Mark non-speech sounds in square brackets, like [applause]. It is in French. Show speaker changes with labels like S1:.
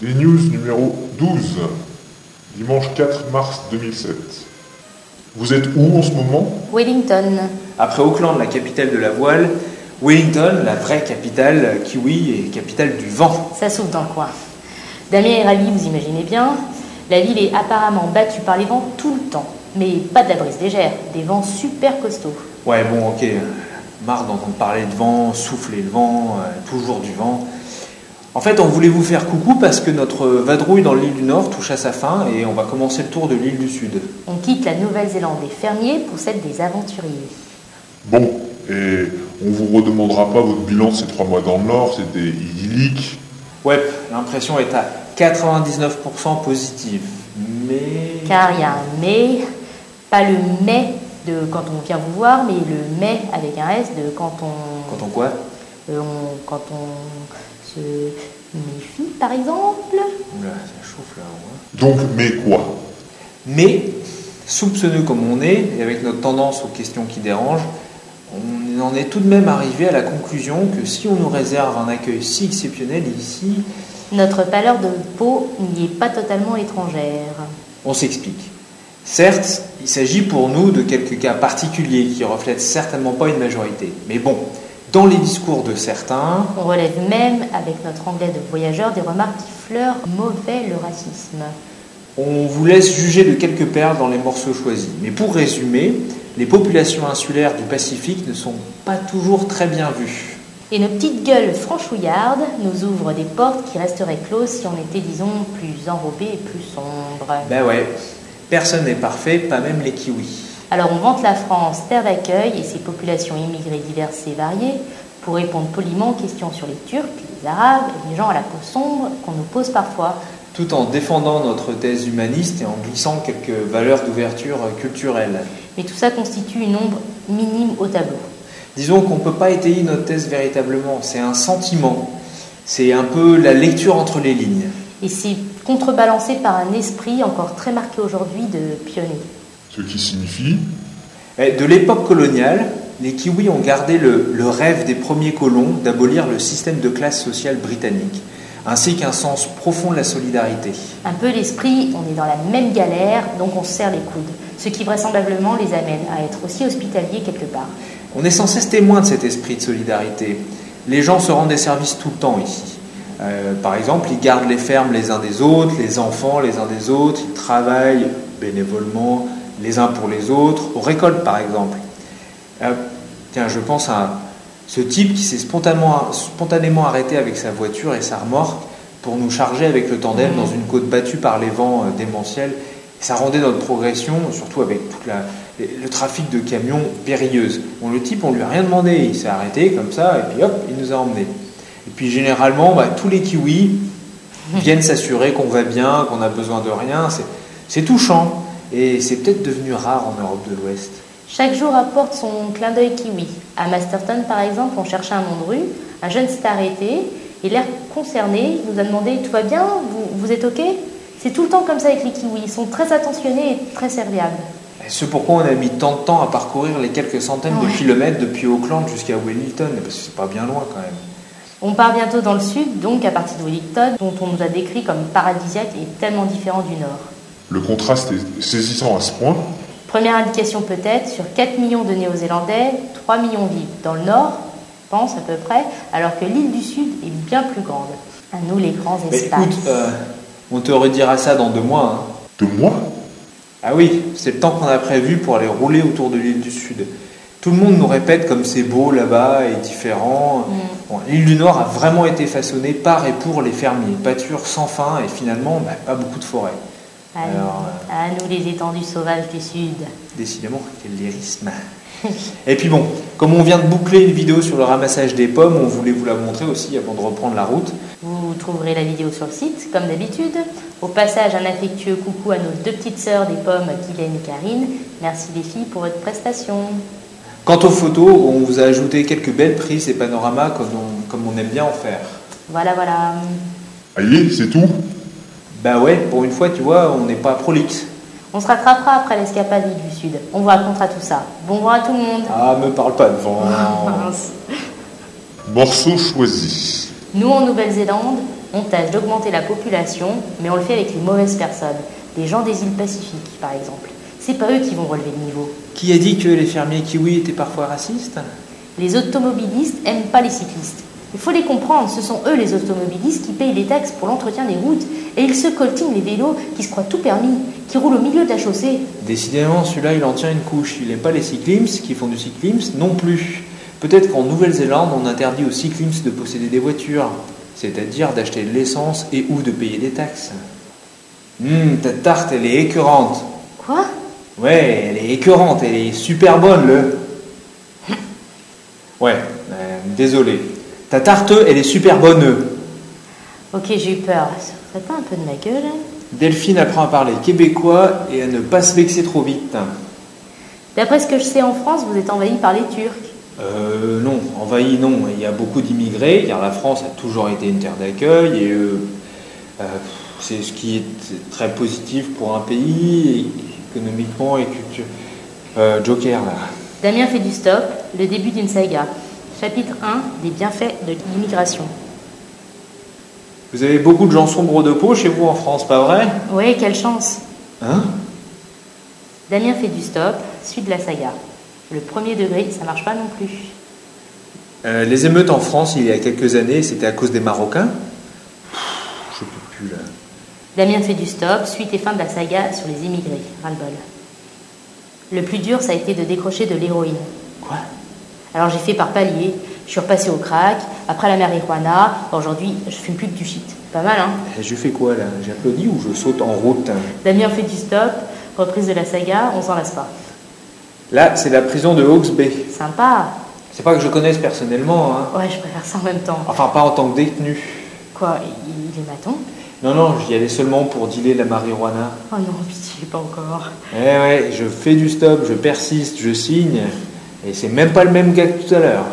S1: Les news numéro 12, dimanche 4 mars 2007. Vous êtes où en ce moment
S2: Wellington.
S3: Après Auckland, la capitale de la voile, Wellington, la vraie capitale euh, kiwi et capitale du vent.
S2: Ça s'ouvre dans le coin. Damien est ravi, vous imaginez bien. La ville est apparemment battue par les vents tout le temps. Mais pas de la brise légère, des vents super costauds.
S3: Ouais, bon, ok. euh, Marre d'entendre parler de vent, souffler le vent, euh, toujours du vent. En fait, on voulait vous faire coucou parce que notre vadrouille dans l'île du Nord touche à sa fin et on va commencer le tour de l'île du Sud.
S2: On quitte la Nouvelle-Zélande des fermiers pour celle des aventuriers.
S1: Bon, et on vous redemandera pas votre bilan de ces trois mois dans le Nord, c'était idyllique.
S3: Ouais, l'impression est à 99% positive. Mais.
S2: Car il y a un mais, pas le mais de quand on vient vous voir, mais le mais avec un S de quand on.
S3: Quand on quoi
S2: Euh, on- quand on se méfie, par exemple.
S3: Oula, ça chauffe là. ouais.
S1: Donc, mais quoi
S3: Mais, soupçonneux comme on est, et avec notre tendance aux questions qui dérangent, on en est tout de même arrivé à la conclusion que si on nous réserve un accueil si exceptionnel ici,
S2: Notre pâleur de peau n'y est pas totalement étrangère.
S3: On s'explique. Certes, il s'agit pour nous de quelques cas particuliers qui reflètent certainement pas une majorité. Mais bon, dans les discours de certains,
S2: On relève même, avec notre anglais de voyageur, des remarques qui fleurent mauvais le racisme.
S3: on vous laisse juger de quelques perles dans les morceaux choisis. Mais pour résumer, les populations insulaires du Pacifique ne sont pas toujours très bien vues.
S2: Et nos petites gueules franchouillardes nous ouvrent des portes qui resteraient closes si on était, disons, plus enrobé et plus sombre.
S3: Ben ouais, personne n'est parfait, pas même les kiwis.
S2: Alors on vante la France, terre d'accueil, et ses populations immigrées diverses et variées, pour répondre poliment aux questions sur les Turcs, les Arabes et les gens à la peau sombre qu'on nous pose parfois.
S3: Tout en défendant notre thèse humaniste et en glissant quelques valeurs d'ouverture culturelle.
S2: Mais tout ça constitue une ombre minime au tableau.
S3: Disons qu'on ne peut pas étayer notre thèse véritablement, c'est un sentiment, c'est un peu la lecture entre les lignes.
S2: Et c'est contrebalancé par un esprit encore très marqué aujourd'hui de pionnier.
S1: Ce qui signifie
S3: Eh, De l'époque coloniale, les Kiwis ont gardé le, le rêve des premiers colons d'abolir le système de classe sociale britannique, ainsi qu'un sens profond de la solidarité.
S2: Un peu l'esprit, on est dans la même galère, donc on se serre les coudes. Ce qui vraisemblablement les amène à être aussi hospitaliers quelque part.
S3: On est sans cesse témoin de cet esprit de solidarité. Les gens se rendent des services tout le temps ici. Euh, par exemple, ils gardent les fermes les uns des autres, les enfants les uns des autres, ils travaillent bénévolement les uns pour les autres, aux récoltes par exemple. Euh, tiens, je pense à ce type qui s'est spontanément, spontanément arrêté avec sa voiture et sa remorque pour nous charger avec le tandem dans une côte battue par les vents euh, démentiels. Ça rendait notre progression, surtout avec tout le trafic de camions, périlleuse. Bon, le type, on lui a rien demandé, il s'est arrêté comme ça, et puis hop, il nous a emmenés. Et puis généralement, bah, tous les kiwis viennent s'assurer qu'on va bien, qu'on a besoin de rien. C'est- C'est touchant, et c'est peut-être devenu rare en Europe de l'Ouest.
S2: Chaque jour apporte son clin d'œil kiwi. À Masterton, par exemple, on cherchait un nom de rue, un jeune s'est arrêté, et l'air concerné il nous a demandé Tout va bien vous, vous êtes OK C'est tout le temps comme ça avec les kiwis, ils sont très attentionnés et très serviables.
S3: C'est pourquoi on a mis tant de temps à parcourir les quelques centaines de
S2: Ouais.
S3: kilomètres depuis Auckland jusqu'à Wellington, parce que c'est pas bien loin quand même.
S2: On part bientôt dans le sud, donc à partir de Wellington, dont on nous a décrit comme paradisiaque et tellement différent du nord.
S1: Le contraste est saisissant à ce point.
S2: Première indication peut-être, sur 4 millions de Néo-Zélandais, 3 millions vivent dans le nord, je pense à peu près, alors que l'île du sud est bien plus grande. À nous les grands
S3: Mais
S2: espaces.
S3: écoute, euh, on te redira ça dans deux mois. hein.
S1: De moi
S3: Ah oui, c'est le temps qu'on a prévu pour aller rouler autour de l'île du Sud. Tout le monde nous répète comme c'est beau là-bas et différent. Bon, l'île du Nord a vraiment été façonnée par et pour les fermiers. Pâture sans fin et finalement bah, pas beaucoup de forêt.
S2: À,
S3: Alors, euh,
S2: nous, à nous les étendues sauvages du sud.
S3: Décidément, quel lyrisme. Et puis bon, comme on vient de boucler une vidéo sur le ramassage des pommes, on voulait vous la montrer aussi avant de reprendre la route.
S2: Vous trouverez la vidéo sur le site, comme d'habitude. Au passage, un affectueux coucou à nos deux petites sœurs des pommes, Guylaine et Karine. Merci les filles pour votre prestation.
S3: Quant aux photos, on vous a ajouté quelques belles prises et panoramas comme on, comme on aime bien en faire.
S2: Voilà, voilà.
S1: Allez, c'est tout
S3: Bah ouais, pour une fois, tu vois, on n'est pas prolixe.
S2: On se rattrapera après l'escapade du sud. On vous racontera tout ça. Bon vent à tout le monde.
S3: Ah, me parle pas de vent.
S2: Ah, Mince.
S1: Morceau choisi.
S2: Nous en Nouvelle-Zélande, On tâche d'augmenter la population, mais on le fait avec les mauvaises personnes, les gens des îles Pacifiques par exemple. C'est pas eux qui vont relever le niveau.
S3: Qui a dit que les fermiers kiwis étaient parfois racistes
S2: Les automobilistes aiment pas les cyclistes. Il faut les comprendre, ce sont eux les automobilistes qui payent les taxes pour l'entretien des routes et ils se coltinent les vélos qui se croient tout permis, qui roulent au milieu de la chaussée.
S3: Décidément, celui-là, il en tient une couche. Il n'aime pas les cyclistes qui font du cyclisme non plus. Peut-être qu'en Nouvelle-Zélande, on interdit aux cyclistes de posséder des voitures, c'est-à-dire d'acheter de l'essence et ou de payer des taxes. Hum, ta tarte, elle est écœurante.
S2: Quoi
S3: Ouais, elle est écœurante, elle est super bonne, le. Ouais, euh, désolé. Ta tarte, elle est super bonne. euh.
S2: Ok, j'ai eu peur. Ça ferait pas un peu de ma gueule hein
S3: Delphine apprend à parler québécois et à ne pas se vexer trop vite.
S2: D'après ce que je sais en France, vous êtes envahi par les Turcs.
S3: Euh, non, envahi, non. Il y a beaucoup d'immigrés, car la France a toujours été une terre d'accueil, et euh, euh, c'est ce qui est très positif pour un pays, et économiquement et culture. Euh, Joker, là.
S2: Damien fait du stop, le début d'une saga. Chapitre 1 des bienfaits de l'immigration.
S3: Vous avez beaucoup de gens sombres de peau chez vous en France, pas vrai
S2: Ouais, quelle chance
S3: Hein
S2: Damien fait du stop, suite de la saga. Le premier degré, ça marche pas non plus.
S3: Euh, Les émeutes en France, il y a quelques années, c'était à cause des Marocains Pff, Je peux plus, là.
S2: Damien fait du stop, suite et fin de la saga sur les immigrés. Ras-le-bol. Le plus dur, ça a été de décrocher de l'héroïne.
S3: Quoi
S2: Alors j'ai fait par palier, je suis repassé au crack, après la marijuana, aujourd'hui je fume plus que du shit. Pas mal, hein
S3: Eh, Je fais quoi, là J'applaudis ou je saute en route hein
S2: Damien fait du stop, reprise de la saga, on s'en lasse pas.
S3: Là, c'est la prison de Hawke's Bay.
S2: Sympa
S3: C'est pas que je connaisse personnellement, hein.
S2: Ouais, je préfère ça en même temps.
S3: enfin pas en tant que détenu.
S2: Quoi, il, il est maton
S3: Non, non, j'y allais seulement pour dealer la marijuana.
S2: Oh non, [laughs] pitié, pas encore.
S3: Eh ouais, je fais du stop, je persiste, je signe, et c'est même pas le même gars que tout à l'heure.